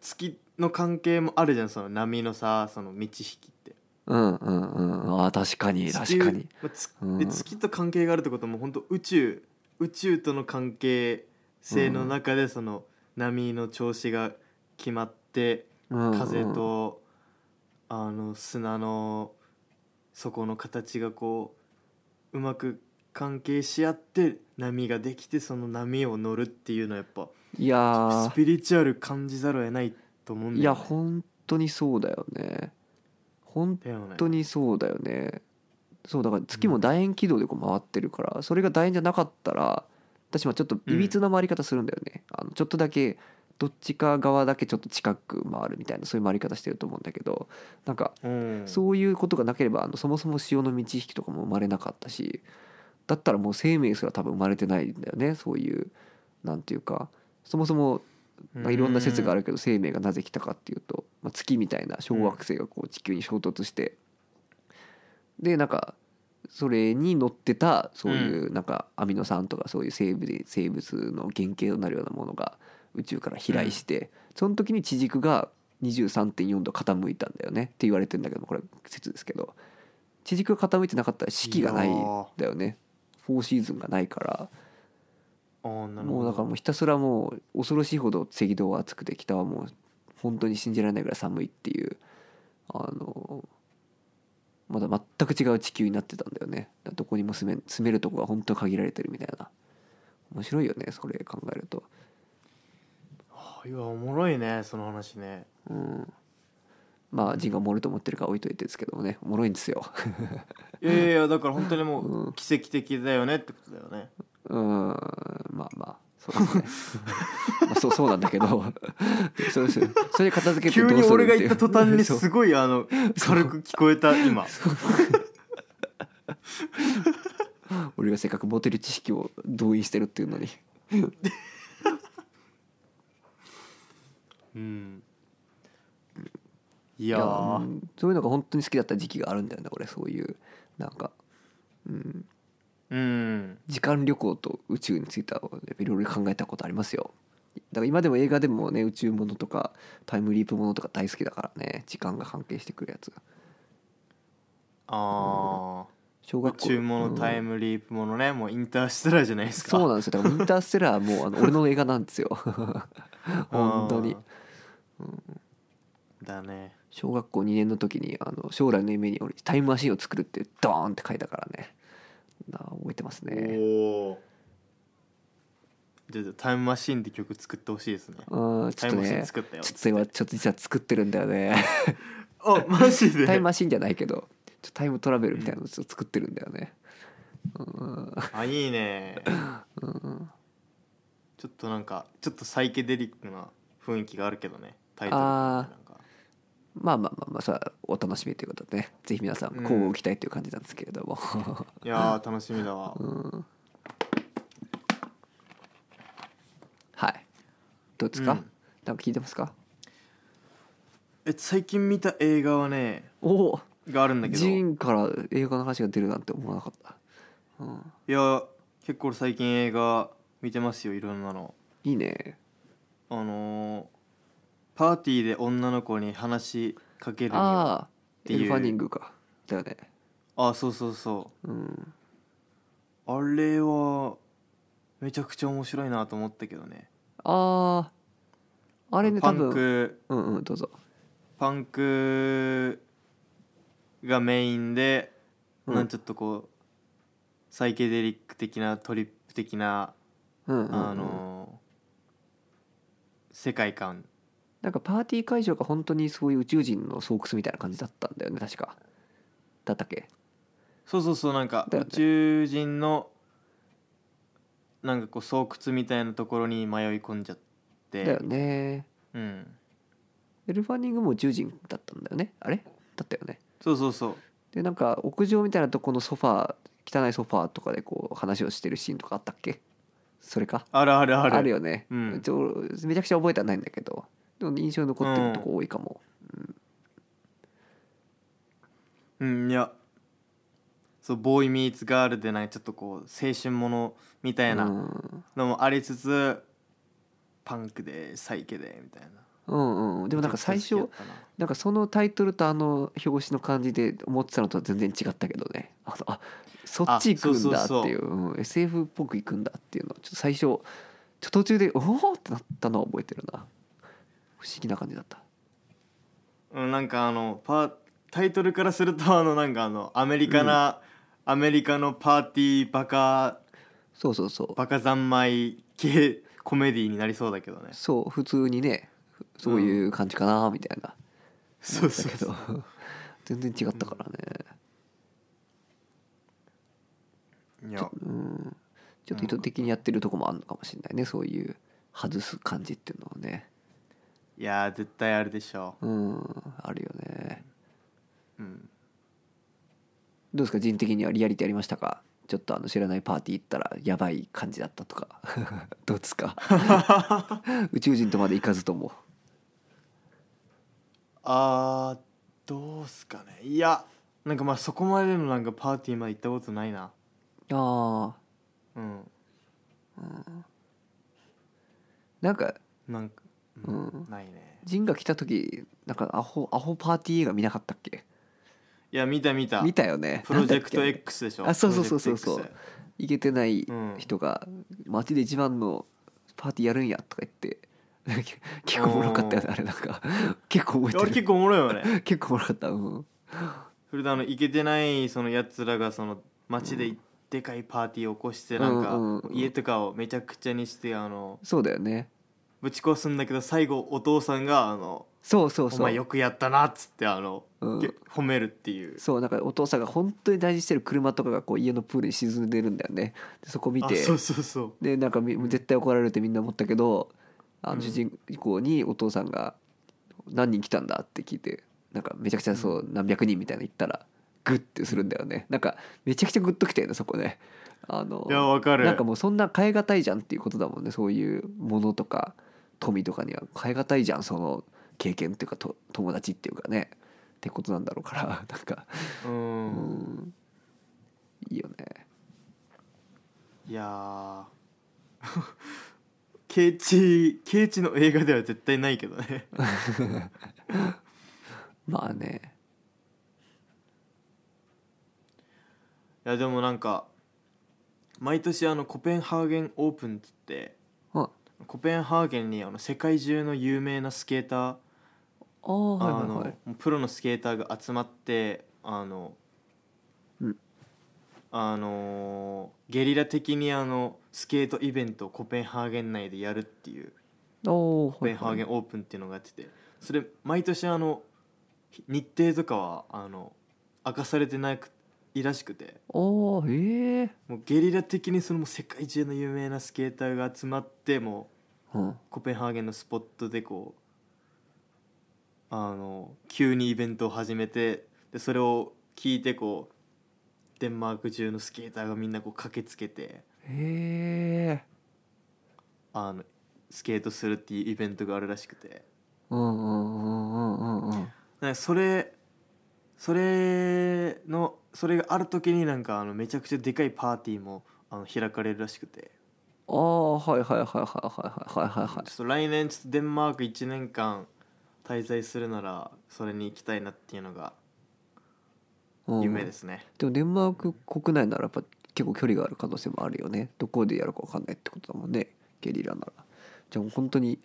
月の関係もあるじゃんその波のさその満ち引きって
うんうんうんあー確かに
地
確
球
かに
まあつ
うん
で月と関係があるってことはもう本当宇宙宇宙との関係性の中でその波の調子が決まって風とあの砂の底の形がこううまく関係し合って波ができてその波を乗るっていうのはやっ
いや
ぱ
ー
スピリチュアル感じざるを得ないと思うん
い
だ
や
よね。
本当にそうだよね本
だよね
当にそうだよねそうだから月も楕円軌道でこう回ってるからそれが楕円じゃなかったら私はちょっといびつな回り方するんだよね、あのちょっとだけどっちか側だけちょっと近く回るみたいなそういう回り方してると思うんだけどなんか
うん
そういうことがなければあのそもそも潮の満ち引きとかも生まれなかったしだったらもう生命すら多分生まれてないんだよねそういうなんていうかそもそもまあいろんな説があるけど生命がなぜ来たかっていうと、まあ、月みたいな小惑星がこう地球に衝突してでなんかそれに乗ってたそういうなんかアミノ酸とかそういう生物生物の原型となるようなものが宇宙から飛来してその時に地軸が23.4度傾いたんだよねって言われてんだけどこれ説ですけど地軸が傾いてなかったら四季がないんだよねフォーシーズンがないから
ああなる
も
ほ
う
ど
だからもうひたすらもう恐ろしいほど赤道は暑くて北はもう本当に信じられないぐらい寒いっていうあのまだ全く違う地球になってたんだよねだからどこにも住め住めるとこが本当限られてるみたいな面白いよねそれ考えると
あいやおもろいねその話ね
うんまあ人がおもろいと思ってるから置いといてですけどもねおもろいんですよ
いやいやいやだから本当にも
う
う奇跡的だよねってことだよね
うんまあまあそうですね まあそうそうなんだけど そうですそれ片付けて
急
どうする
に俺が
ってい
言
う
った途端 に
そう
すごいあの軽く聞こえた今
俺がせっかくモテる知識を動員してるっていうのに
うんい
い
や
う
ー
んそういうのが本当に好きだった時期があるんだよね俺そういうなんか、うん、
うん
時間旅行と宇宙についてはいろいろ考えたことありますよだから今でも映画でもね宇宙ものとかタイムリープものとか大好きだからね時間が関係してくるやつ
あ
小
あ宇
学校
宙ものタイ
ム
ムリープものねもうインターステラーじゃないですか
そうなんですよだからインターステラーもあの俺の映画なんですよ 本当に
うんだね
小学校2年の時にあの将来の夢に俺タイムマシンを作るってドーンって書いたからねな覚えてますね
おおじゃあじゃあタイムマシーン」って曲作ってほしいですね
うんち
タ
ょっ
イ
と
ムマシー
ね
ン作ったよ
ちょっと今ちょっと実は作ってるんだ よね
あマジで
タイムマシンじゃないけどちょっとタイムトラベルみたいなのをちょっと作ってるんだよねうん
あいいね
うん
ちょっとなんかちょっとサイケデリックな雰囲気があるけどねタイトルとかねなんか
まあまあまあまあそれはお楽しみということでねぜひ皆さん
うん
交互期待という感じなんですけれども
いやー楽しみだわ
うんはいどうですか、
うん
なんか聞いてますか
え最近見た映画はね
おお
があるんだけど
ジ
い
ンから映画の話が出るなんて思わなかった、うん、
や結構最近映画見てますよいろんなの
いいね
あのーパーティーで女の子に話しかけるには
ああ
て
エ
いう
ルファニングかだよね
ああそうそうそ
うん
うあれはめちゃくちゃ面白いなと思ったけどね
あああ
あ
れね
パ
多
ン
分
ク
うんうんどうぞ
パンクがメインで、
うん
なんちょっとこうサイケデリック的なトリップ的な、
うんうんうん
あのー世界観
なんかパーティー会場が本当にそういう宇宙人の巣窟みたいな感じだったんだよね確かだったっけ
そうそうそうなんか
だよ
宇
ね
宙人のなんかこう巣窟みたいなところに迷い込んじゃっ
だよ
て、
ね
うん、
エルファニングも宇宙人だったんだよねあれだったよね
そうそうそう
でなんか屋上みたいなとこのソファー汚いソファーとかでこう話をしてるシーンとかあったっけそれか
あるあるあ
あ
る
るよね、
うん
ちょめちゃくちゃ覚えてはないんだけどでも印象に残ってるとこ多いかも、
うんいやそうボーイミーツガールでなんかちょっとこう青春ものみた
う
いな、
ん
のもありつつパンクでサイケでみたいな
うんうん、でもなんか最
めちゃ
初
くちゃ好きだったな
なんかそのタイトルとあの表紙の感じで思ってたのとは全然違ったけどねあのあそっち行くんだっていううん SF っぽく行くんだっていうのはちょっと最初ちょっと途中で「おお!」ってなったのは覚えてるな不思議な感じだった
うんなんかあのパータイトルからするとあのなんかあのアメリカな、アメリカのパーティーバカ
そうそうそう
バカ三昧系コメディになりそうだけどね
そう普通にねそういう感じかなみたいな、
そう
だ
そう
けど 全然違ったからね、
いや
うん、ちょっと意図的にやってるとこもあるのかもしれないねそういう外す感じっていうのはね
いやー絶対あるでしょ
うんあるよね
う、うん、
どうですか人的にはリアリティありましたかちょっとあの知らないパーティー行ったらやばい感じだったとか どうです か宇宙人とまで行かずとも
あーどうすかねいやなんかまあそこまでのなんかパーティーまで行ったことないな
ああ
うん
なんか
なんか、
うん
ないね
人が来た時なんかアホアホパーティー映画見なかったっけ
いや見た見た
見たよね
プロジェクト
なんだっけ
X でしょ
あそうそうそうそうそう
プロジェクト X
いけてない
うん
人が街で一番のパーティーやるんやとか言って結構おもろかったよねあれなんか結構覚
あ
え
れ結
てる
構おもろいよね
結構おもろかったうん
それであのイケてないそのやつらがその街ででかいパーティーを起こしてなんか、
うんうんうん
家とかをめちゃくちゃにしてあの
そうだよね
ぶち壊すんだけど最後お父さんがあの
そうそう
お
そ
前よ
う
くやったな」っつってあの、
うん
け褒めるっていう
そうなんかお父さんが本当に大事にしてる車とかがこう家のプールに沈んでるんだよねでそこ見
あ
て
そうそうそう
でなんかみ
うん
絶対怒られるってみんな思ったけどあ
うん
の主人公にお父さんが「何人来たんだ?」って聞いてなんかめちゃくちゃそう何百人みたいなの言ったらグッてするんだよねなんかめちゃくちゃグッときたよねそこねあの
いやわかる
なんかもうそんな変え難いじゃんっていうことだもんねそういうものとか富とかには変え難いじゃんその経験っていうかと友達っていうかねってことなんだろうから なんか
う、
うんんいいよね
いやー ケイチケイチの映画では絶対ないけど ね
まあね
いやでもなんか毎年あのコペンハーゲンオープンっつって
あ
コペンハーゲンにあの世界中の有名なスケーター
あーはいはいはい
あのプロのスケーターが集まってあの、
うん
あのーゲリラ的にあのスケートイベントをコペンハーゲン内でやるっていう
おお
コペンハーゲンオープンっていうのがやっててそれ毎年あのひ日程とかはあの明かされてなくいいらしくて
おおへえ、
もうゲリラ的にそのもう世界中の有名なスケーターが集まっても
うん、
うコペンハーゲンのスポットでこうあの急にイベントを始めてでそれを聞いてこうデンマーク中のスケーターがみんなこう駆けつけて
へえ
あのスケートするっていうイベントがあるらしくて。
うんうんうんうんうんうん
なんかそれそれのそれがある時になんかあのめちゃくちゃでかいパーティーもあの開かれるらしくて、
ああはいはいはいはいはいはいはいは
ちょっと来年ちょっとデンマーク1年間滞在するならそれに行きたいなっていうのが
いはい
夢ですすね、
でもデンマーク国内ならやっぱ結構距離がある可能性もあるよねどこでやるか分かんないってことだもんねゲリラならじゃあもう本当に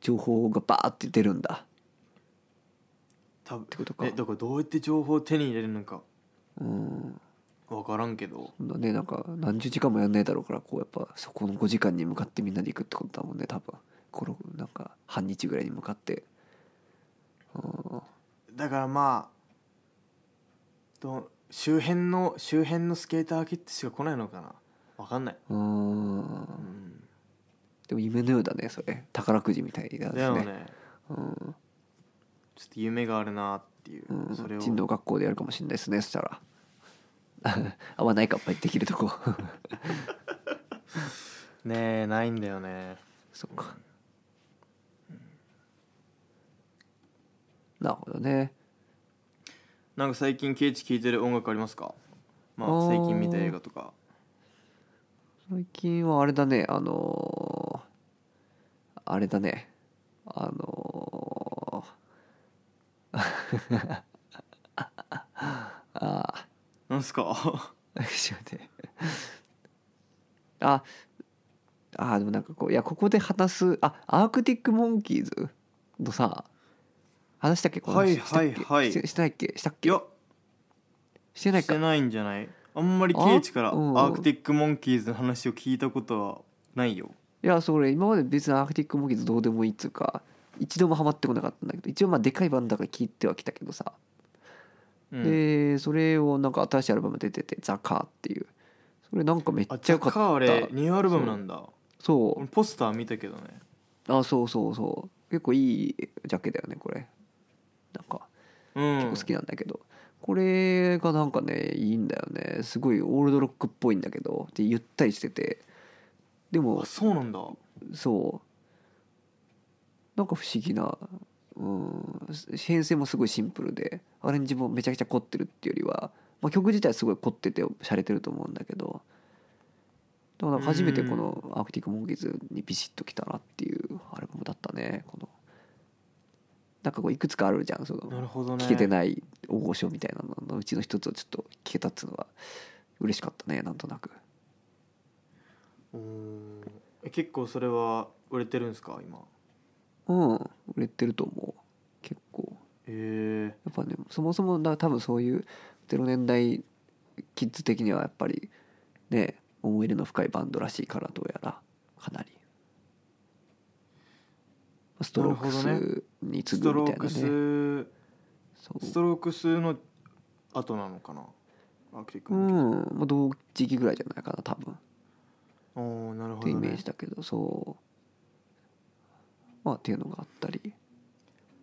情報がバーって出るんだ
多分
ってことか
ねだからどうやって情報を手に入れるのか
うん
分からんけど
そんなねなんか何十時間もやんないだろうからこうやっぱそこの5時間に向かってみんなで行くってことだもんね多分このなんか半日ぐらいに向かってうん
だからまあどう周辺の周辺のスケーターキッズしか来ないのかな分かんない、
うー
うんん、
でも夢のようだねそれ宝くじみたいだ
でも
ね
ね
うん
ちょっと夢があるなっていう、
うん
それを
人道学校でやるかもしれないですねそしたら あんまないかやっぱりできるとこ
ねえないんだよね
そっかなるほどね
なんか最近ケイチ聴いてる音楽ありますかま
あ
あ
ー
最近見た映画とか
最近はあれだねあのーあれだねあのー ああ
なんすか
ちょっと待ってああでもなんかこういやここで話すあアークティック・モンキーズのさ話したっけこの
はい
したっけ
はいはい
してしてないっけしたっ
い
け
や
してない
して
か
ないんじゃないあんまり
あ
ケイチからア
うん
ークティック・モンキーズの話を聞いたことはないよ
いやそれ今まで別にアークティック・モンキーズどうでもいいっつうか一度もハマってこなかったんだけど一応まあでかいバンドだから聞いてはきたけどさ、
うん
でそれをなんか新しいアルバム出てて「ザ・カー」っていうそれなんかめっ
あ
ち
じ
ゃ
ゃ
良か
あ
った
カーレニューアルバムなんだ
そう
俺ポスター見たけどね
あそうそうそう結構いいジャケだよねこれなんか
うん
結構好きなんだけど、これがなんかねいいんだよねすごいオールドロックっぽいんだけどでゆったりしててでも
あそうなんだ
そうなんか不思議なうん編成もすごいシンプルでアレンジもめちゃくちゃ凝ってるっていうよりは、まあ、曲自体すごい凝ってて洒落てると思うんだけどだからなんか初めてこの「アークティック・モンキーズ」にビシッときたなっていうアルバムだったねこのなんかこういくつかあるじゃんその
なるほどね
聞けてない大御所みたいなののうちの一つをちょっと聞けたっていうのは嬉しかったねなんとなく
うーんえ結構それは売れてるんですか今
うん売れてると思う結構
え
やっぱねそもそもだ多分そういう0年代キッズ的にはやっぱりね思い入れの深いバンドらしいからどうやらかなりストローク
なるほ
スに
ー、ス
次
ト
ぐ
ロ
み
ー
たいな
クス
ねそう
ストロークスの後なのかなアーキテク
う
の
ん
曲、
まあ同時期ぐらいじゃないかな多分
おーなる
っ
ほ
てイ
ど
メ
ね
ージだけどそうまあっていうのがあったり
い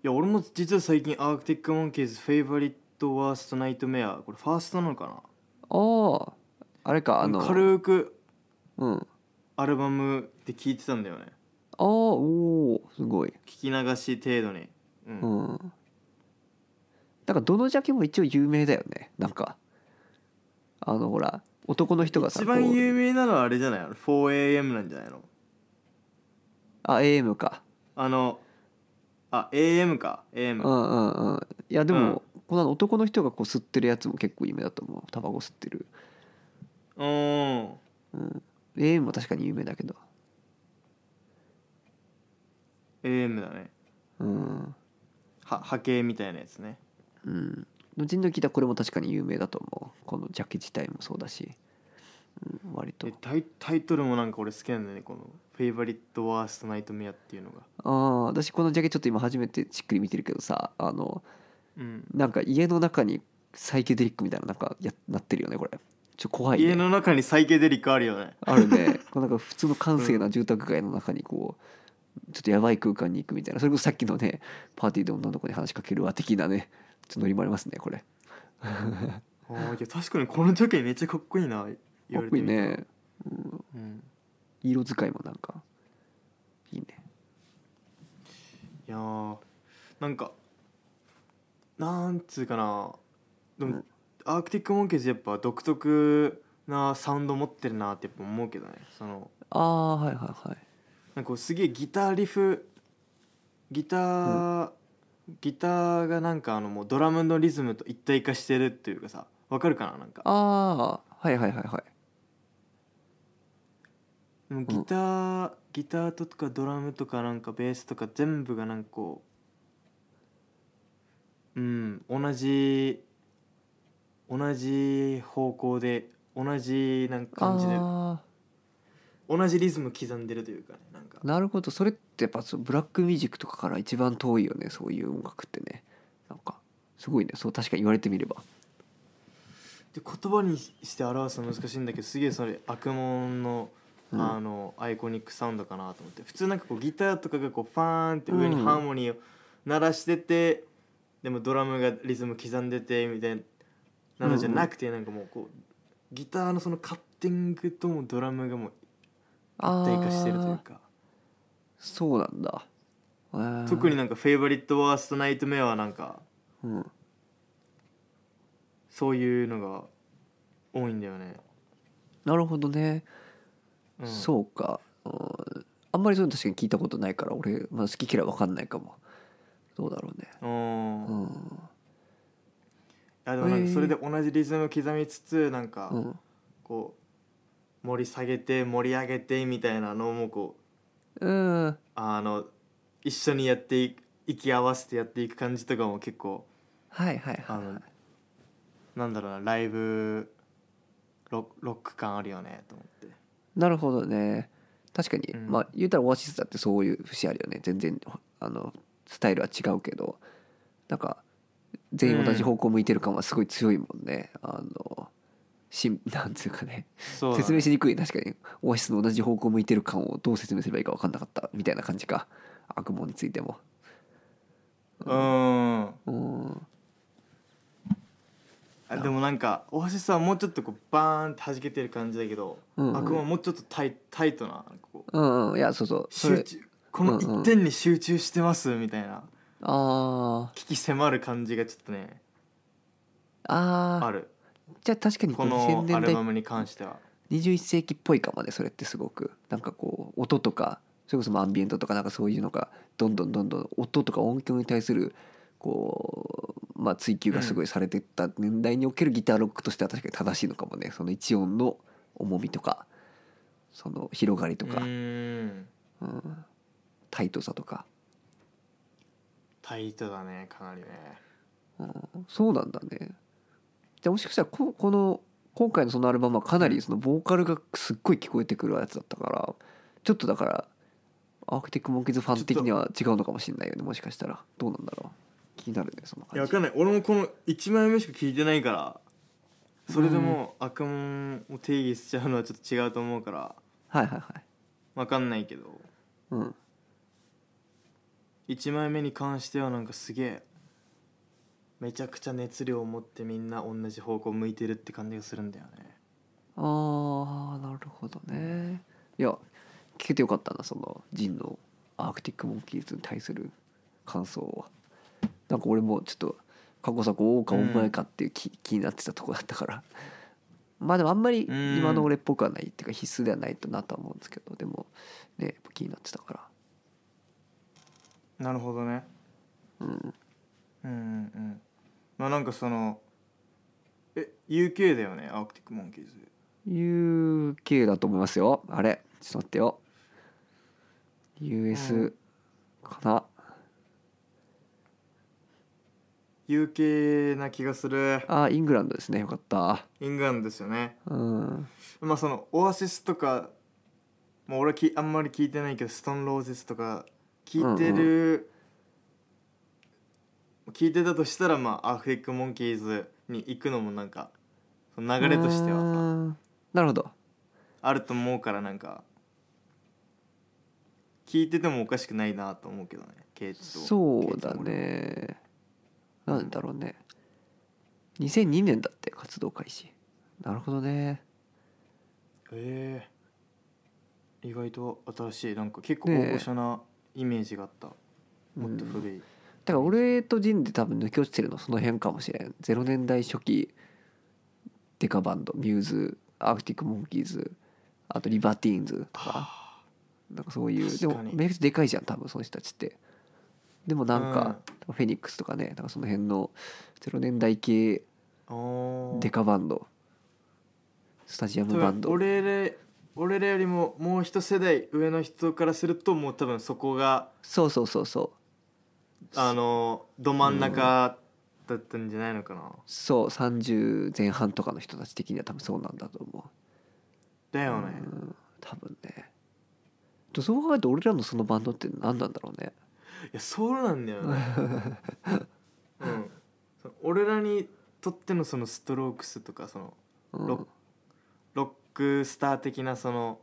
や俺も実は最近アークティック・モンキーズフェイバリット・ワースト・ナイト・メアこれファーストなのか
あああれか
な
あの
軽く
うんあ
アルバムで聴いてたんだよね
あおおすごい
聞き流し程度にうん、
うんなんかどのジャケも一応有名だよねなんかあのほら男の人がさ
一番
こう
有名なのはあれじゃないの 4AM なんじゃないの
あ AM か
あのあ AM か AM
うんうんうんいやでも、この男の人がこう吸ってるやつも結構有名だと思うタバコ吸ってる
うん、
うん AM も確かに有名だけど
AM だね
うん
は波形みたいなやつね
うんの人の聞いたこれも確かに有名だと思うこのジャケ自体もそうだし、うん、割と
でタイタイトルもなんか俺好きなんだよねこの「フェイバリット・ワースト・ナイト・メア」っていうのが
ああ私このジャケちょっと今初めてしっくり見てるけどさあの
うん
なんか家の中にサイケデリックみたいななんかやなってるよねこれちょっと怖い
家
ね
の中にサイケデリックあるよね
あるねこうなんか普通の閑静な住宅街の中にこうちょっとやばい空間に行くみたいなそれこそさっきのねパーティーで女の子に話しかけるわ的なねちょっとノリもありますねこれか
あーいや確かにこのジャケめっちゃかっこいいな言われ
っこ
て
いい
みた
ね、うん、
うん、
色使いもなんかいいね
いやーなんかなんつうかなでも、
うん
アークティック・モンケーズやっぱ独特なサウンド持ってるなってやっぱ思うけどねその
ああはいはいはい
なんかこうすげえギターリフギター、ギターがなんかあのもうドラムのリズムと一体化してるっていうかさわかるかななんか
ああはいはいはいはい
でもギター、ギターとかドラムとかなんかベースとか全部がなんかこううん同じ同じ方向で同じなんか感じで
あ
同じリズム刻んでるというかねなんか
あなるほどそれってやっぱそうブラックミュージックとかから一番遠いよねそういう音楽ってねなんかすごいねそう確かに言われてみれば
で言葉にして表すの難しいんだけどすげえそれ悪門の
うん
あのアイコニックサウンドかなと思って普通なんかこうギターとかがこうファーンって上に
うん
ハーモニーを鳴らしてて、でもドラムがリズム刻んでてみたいなのじゃなくてなんかもうこうギターのそのカッティングともドラムがもう一体化してるというか
そうなんだへー
特になんか「フェイバリット・ワースト・ナイト・メア」はなんか
うん、
そういうのが多いんだよね。
なるほどね、
うん、
そうか、うん、あんまりそういうの確かに聞いたことないから俺、まあ、好き嫌い分かんないかもどうだろうね
うん
うん
いやでもなん
へ
か
え
それで同じリズムを刻みつつなんか
うん
こう盛り下げて盛り上げてみたいなのもこう
うん
あの一緒にやってい息合わせてやっていく感じとかも結構
はいはい
あ
はいは
の
い
なんだろうなライブロロック感あるよねと思って
なるほどね確かに、
うん
まあ言うたらオアシスだってそういう節あるよね全然あのスタイルは違うけどなんか全員同じ方向向いてる感はすごい強いもんね、あのしん なんつうかね
そうだね
説明しにくい確かにオアシスの同じ方向を向いてる感をどう説明すればいいか分かんなかったみたいな感じか悪夢についても
うん
うん
あでもなんかオアシスはもうちょっとこうバーンって弾けてる感じだけど、
うんうん
悪魔はもうちょっとタイタイトななんかこう
うんうんいやそうそうそ
集
れ
中この一点に集中してますみたいな
あー
危機迫る感じがちょっとね
あ
あ
ー
る
じゃあ確かにこ
こ
う
の
2000
ア
年
ル
代
バムに関しては
21世紀っぽいかもねそれってすごくなんかこう音とかそれこそまあアンビエントとかなんかそういうのがどんどんどんどん音とか音響に対するこうまあ追求がすごいされてった年代におけるギターロックとしては確かに正しいのかもねその一音の重みとかその広がりと
と
か
う、ーん
うんタイトさとか、
タイトだねかなりね
うんそうなんだねじゃあもしかしたらここの今回のそのアルバムはかなりそのボーカルがすっごい聞こえてくるやつだったからちょっとだからアークティック・モンキーズファン的には違うのかもしれないよねもしかしたらどうなんだろう気になるねその
いやわ
感じ
かんない俺もこの1枚目しか聞いてないからそれでも赤門を定義しちゃうのはちょっと違うと思うから
はいはいはい
わかんないけど
うん
1枚目に関してはなんかすげえめちゃくちゃ熱量を持ってみんな同じ方向向いてるって感じがするんだよね
あーなるほどねいや聞けてよかったなそのジンのアークティック・モンキーズに対する感想はなんか俺もちょっと過去作多かお前かっていう気,、気になってたとこだったからまあでもあんまり
うん
今の俺っぽくはないっていうか必須ではないとなとは思うんですけどでもねやっぱ気になってたから
なるほどね
うん
うんうんうんまあなんかそのえ UK だよねアークティック・モンキーズ
UK だと思いますよあれちょっと待ってよ US かな、
UK な気がする
ああイングランドですねよかった
イングランドですよね
うん
まあそのオアシスとかもう俺きあんまり聞いてないけどストーン・ローゼスとか聞いてる、聞いてたとしたらまあアークティック・モンキーズに行くのもなんかその流れとして
う
はさ
ーんなるほど
あると思うからなんか聞いててもおかしくないなと思うけどねケイチと
そうだねなんだろうね2002年だって活動開始なるほどね
ええ意外と新しいなんか結構
ねえ
大御所なイメージがあった、もっと古い
だから俺とジンで多分抜き落ちてるのその辺かもしれん0年代初期デカバンドミューズアークティック・モンキーズあとリバティーンズとか
あ
なんかそういうで
確
も
かに
めちゃくちゃでかいじゃん多分その人たちってでもなん
うん
か、フェニックスとかねなんかその辺の0年代系
あー
デカバンドスタジアムバンド
多分俺ら俺らよりももう一世代上の人からするともう多分そこが
そうそうそうそう
あのど真ん中だったんじゃないのかな、
そう30前半とかの人たち的には多分そうなんだと思
だ
う、
よね、
うん多分ねでそう考えると俺らのそのバンドって何なんだろうね
いやそうなんだよね、うん、その俺らにとってのそのストロークスとかその
うん
ロッロックスター的なその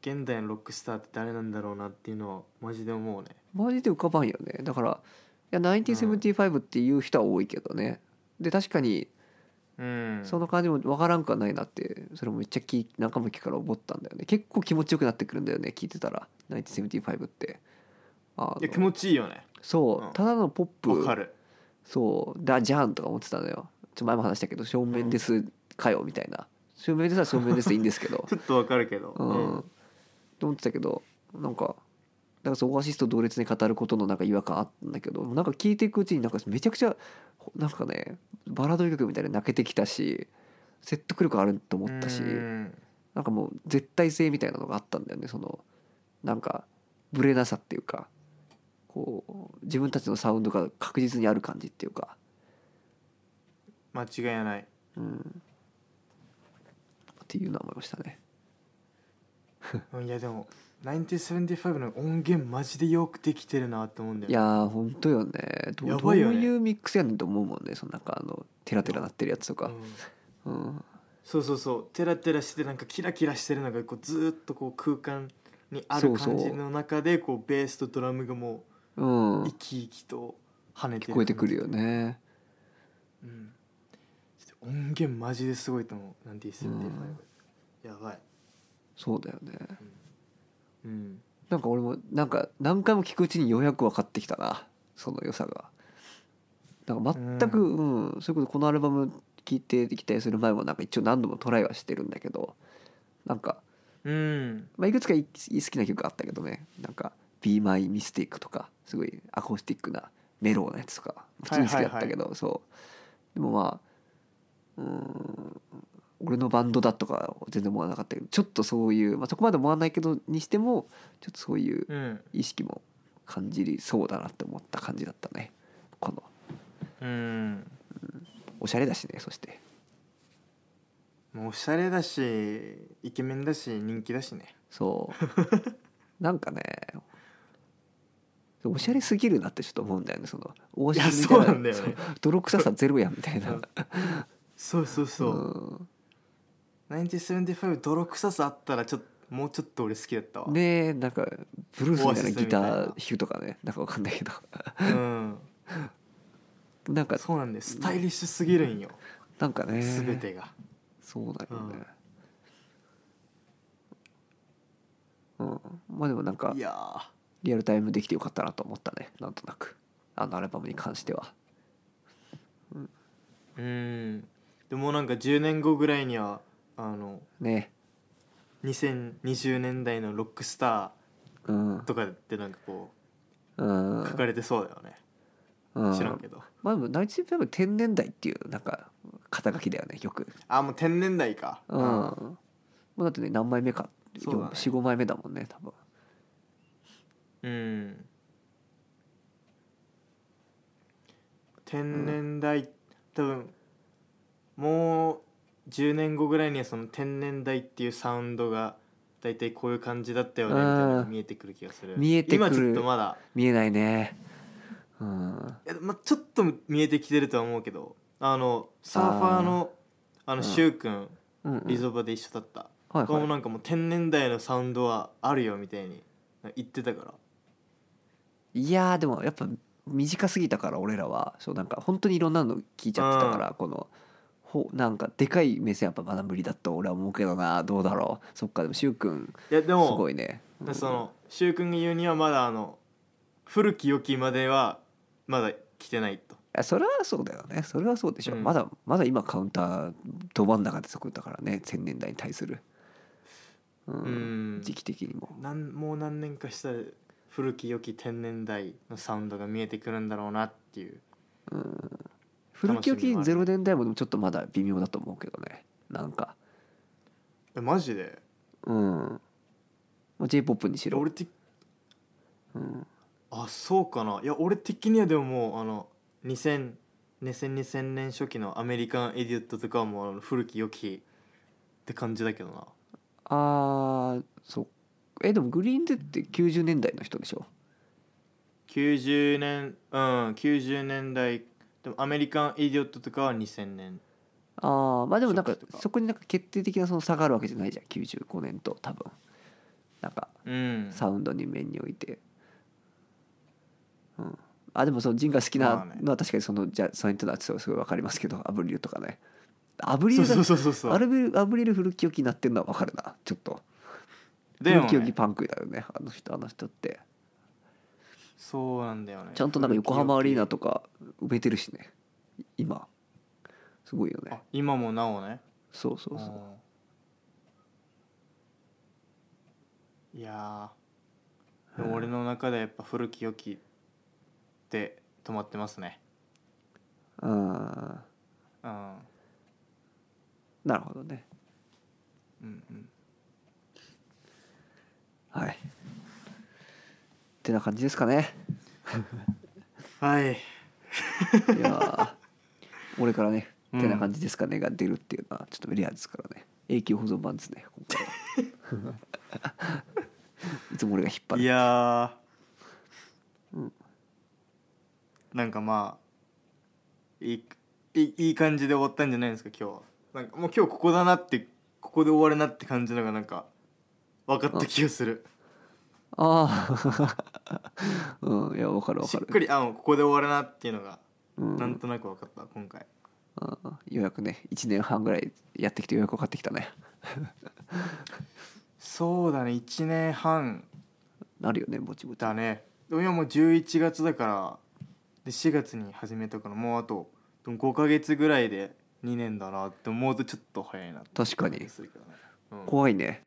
現代のロックスターって誰なんだろうなっていうのはマジで思うね
マジで浮かばんよねだからいや1975っていう人は多いけどね、で確かに
うん
その感じもわからんくはないなってそれもめっちゃき仲間聞くから思ったんだよね結構気持ちよくなってくるんだよね聞いてたら1975ってあ
いや気
の
持ちいいよね
そう、
うん
ただのポップ
わかる
そうだじゃんとか思ってたのよちょ前も話したけど正面ですかよみたいな正面ですは正面ですでいいんですけど
ちょっとわかるけど、
うん、と思ってたけどなんかだからそうオアシスと同列に語ることのなんか違和感あったんだけどなんか聞いていくうちになんかめちゃくちゃなんかねバラード曲みたいに泣けてきたし説得力あると思ったし、
うん
なんかもう絶対性みたいなのがあったんだよねそのなんかブレなさっていうかこう自分たちのサウンドが確実にある感じっていうか。
間違いない
うん、っていうのは思いましたね。
うんいやでも1975の音源マジでよくできてるなって思うんだ
い
よね
やー本当よねど
や
ど
ば
う
いよね
いうミックスやねんと思うもんねそのなんかあのテラテラなってるやつとか
う、ん
うん、
そうそうそうテラテラしてなんかキラキラしてるのがこうずーっとこう空間にある
そうそう
感じの中でこうベースとドラムがも
うん
う生き生きと跳ねて
聞こえてくるよ、ね。
うん、ちょっと音源マジですごいと思う1975、やばい、
そうだよね
うん、
なんか俺もなんか何回も聞くうちにようやく分かってきたなその良さが。なんか全く、うんそれこそこのアルバム聴いて期待する前もなんか一応何度もトライはしてるんだけどなんか
うん、
まあ、いくつかい好きな曲あったけどねなんか「Be My Mistake」とかすごいアコースティックなメローなやつとか普通に好きだったけど、そうでもまあうーん俺俺のバンドだとか全然思わなかったけどちょっとそういう、まあ、そこまで思わないけどにしてもちょっとそういう
うん
意識も感じりそうだなって思った感じだったねこ
う
の
ん
おしゃれだしねそして
もうおしゃれだしイケメンだし人気だしね
そう なんかねおしゃれすぎるなってちょっと思うんだよねその大島みたい
いやそうなんだよね
そう泥臭さゼロやんみたいな
そうそうそう、
う、
1975泥臭さあったらちょっともうちょっと俺好きだったわ、
ん、でなんかブルースみたいなギタ
オアシスみたいな
ー弾くとかねなんかわかんないけど
う ん
なんか
そうなんだよスタイリッシュすぎるんよ、
なんかね
全てが
そうだよねうん、まあでもなんか
いやー
リアルタイムできてよかったなと思ったねなんとなくあのアルバムに関しては
うんでもなんか10年後ぐらいにはあの
ね
2020年代のロックスタ
うん
ーとかってなんかこ
うん
う書かれてそうだよね、
うん
知らんけど
まあでもナイチンペーブ天然代っていうなんか肩書きだよねよく
あもう天然代か
うんもうだってね何枚目か
そうだね
45枚目だもんね多分
うん天然代、多分もう10年後ぐらいにはその天然代っていうサウンドが大体こういう感じだったよねみたいなのが見えてくる気がする
見えてくる
今ちょっとまだ
見えないねうん
いや、まあ、ちょっと見えてきてるとは思うけどあのサーファーのあの
うん
柊君、
うんうん
リゾバで一緒だった、
はい
これも
はい
なんかもう天然代のサウンドはあるよみたいに言ってたから
いやーでもやっぱ短すぎたから俺らはそうなんか本当にいろんなの聞いちゃってたからこのほなんかでかい目線やっぱまだ無理だと俺は思うけどなどうだろうそっかでもしゅうくん
いやですも
ごいねうん
その柊君が言うにはまだあの古き良きまではまだ来てないと
いやそれはそうだよねそれはそうでしょ、
うん
まだまだ今カウンターど真ん中でそこだからね千年代に対する、う
うんん
時期的にも
なんもう何年かしたら古き良き天然代のサウンドが見えてくるんだろうなっていう
古き良
楽しみ
き
もある
ゼロ年代もでもちょっとまだ微妙だと思うけどねなんか
えマジで
うんまあ j p o p にし
いや
ろ
俺て
うん
あそうかないや俺的にはでももうあの2000 2000 2000年初期のアメリカン・エディオットとかはもうあの古き良きって感じだけどな
あーそうえでもグリーンデッドって90年代の人でしょ
90年うん90年代でもアメリカン・エディオットとかは2000年
ああまあでもなんか
初期とか
そこになんか決定的なその差があるわけじゃないじゃん95年と多分なんか
うん
サウンドに面において、うん、あでもそのジンが好き
まあ
な
ね
のは確かにそのじゃそれとはすごいすごい分かりますけどアブリルとかねアブリ
そ
ル
う
だ
そうそうそうそう
アルビルアブリル古き良きになってるのは分かるなちょっと
だよ
古き良き
ね
パンクだよねあの人あの人って
そうなんだよね
ちゃんとなんか横浜アリーナ
と
とか埋めてるしね今すごいよね
今もなおね
そうそうそう
うんいやーでも俺の中でやっぱ古き良きって止まってますね
あ
うん
ーなるほどね
うんうん
はいってな感じですかね
はい
いやー俺からね「
うん
てな感じですかね」が出るっていうのはちょっとレアですからね永久保存版ですね今回は いつも俺が引っ張
い
る
やー、
うん
なんかまあいいいいいい感じで終わったんじゃないですか今日はなんかもう今日ここだなってここで終わるなって感じのがなんか分かった気がする
ああうんいやわかるわ
し
か
っ
る
くりあもうここで終わるなっていうのが
うん
なんとなく分かった今回
うんようやくね1年半ぐらいやってきてようやく分かってきたね
そうだね1年半
なるよねぼちぼち
だねでも今もう11月だからで4月に始めたからもうあとでも5ヶ月ぐらいで2年だなって思うとちょっと早いなって
確か
気
に
がするけどねうん
怖いね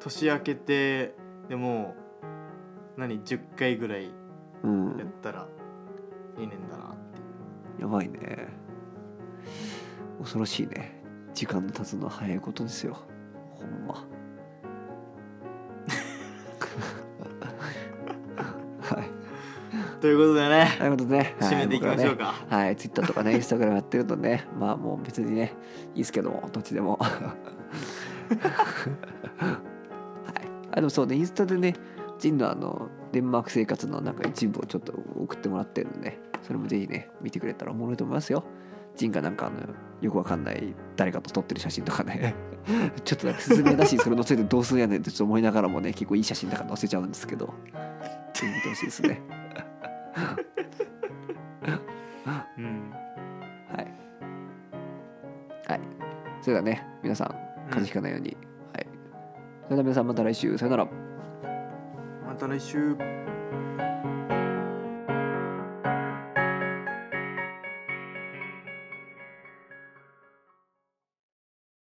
年明けてでもう何10回ぐらい
うん
やったら理念だなっていう
やばいね恐ろしいね時間の経つのは早いことですよほ んまはい
ということでね
ということでね、はい、
締めていきましょうか、
僕らねはいツイッターとかねインスタグラムやってるとねまあもう別にねいいですけどもどっちでも はいあでもそうねインスタでねジンのあのデンマーク生活のなんか一部をちょっと送ってもらってるんでねそれもぜひね見てくれたらおもろいと思いますよジンがなんかあのよくわかんない誰かと撮ってる写真とかね ちょっとなんかスズメだしそれ載せてどうすんやねんってちょっと思いながらもね結構いい写真だから載せちゃうんですけどぜひ見てほしいですね
うん
はい。はい。それではね、皆さん、風邪ひかないように。はい。それでは皆さん、また来週。さよなら。
また来週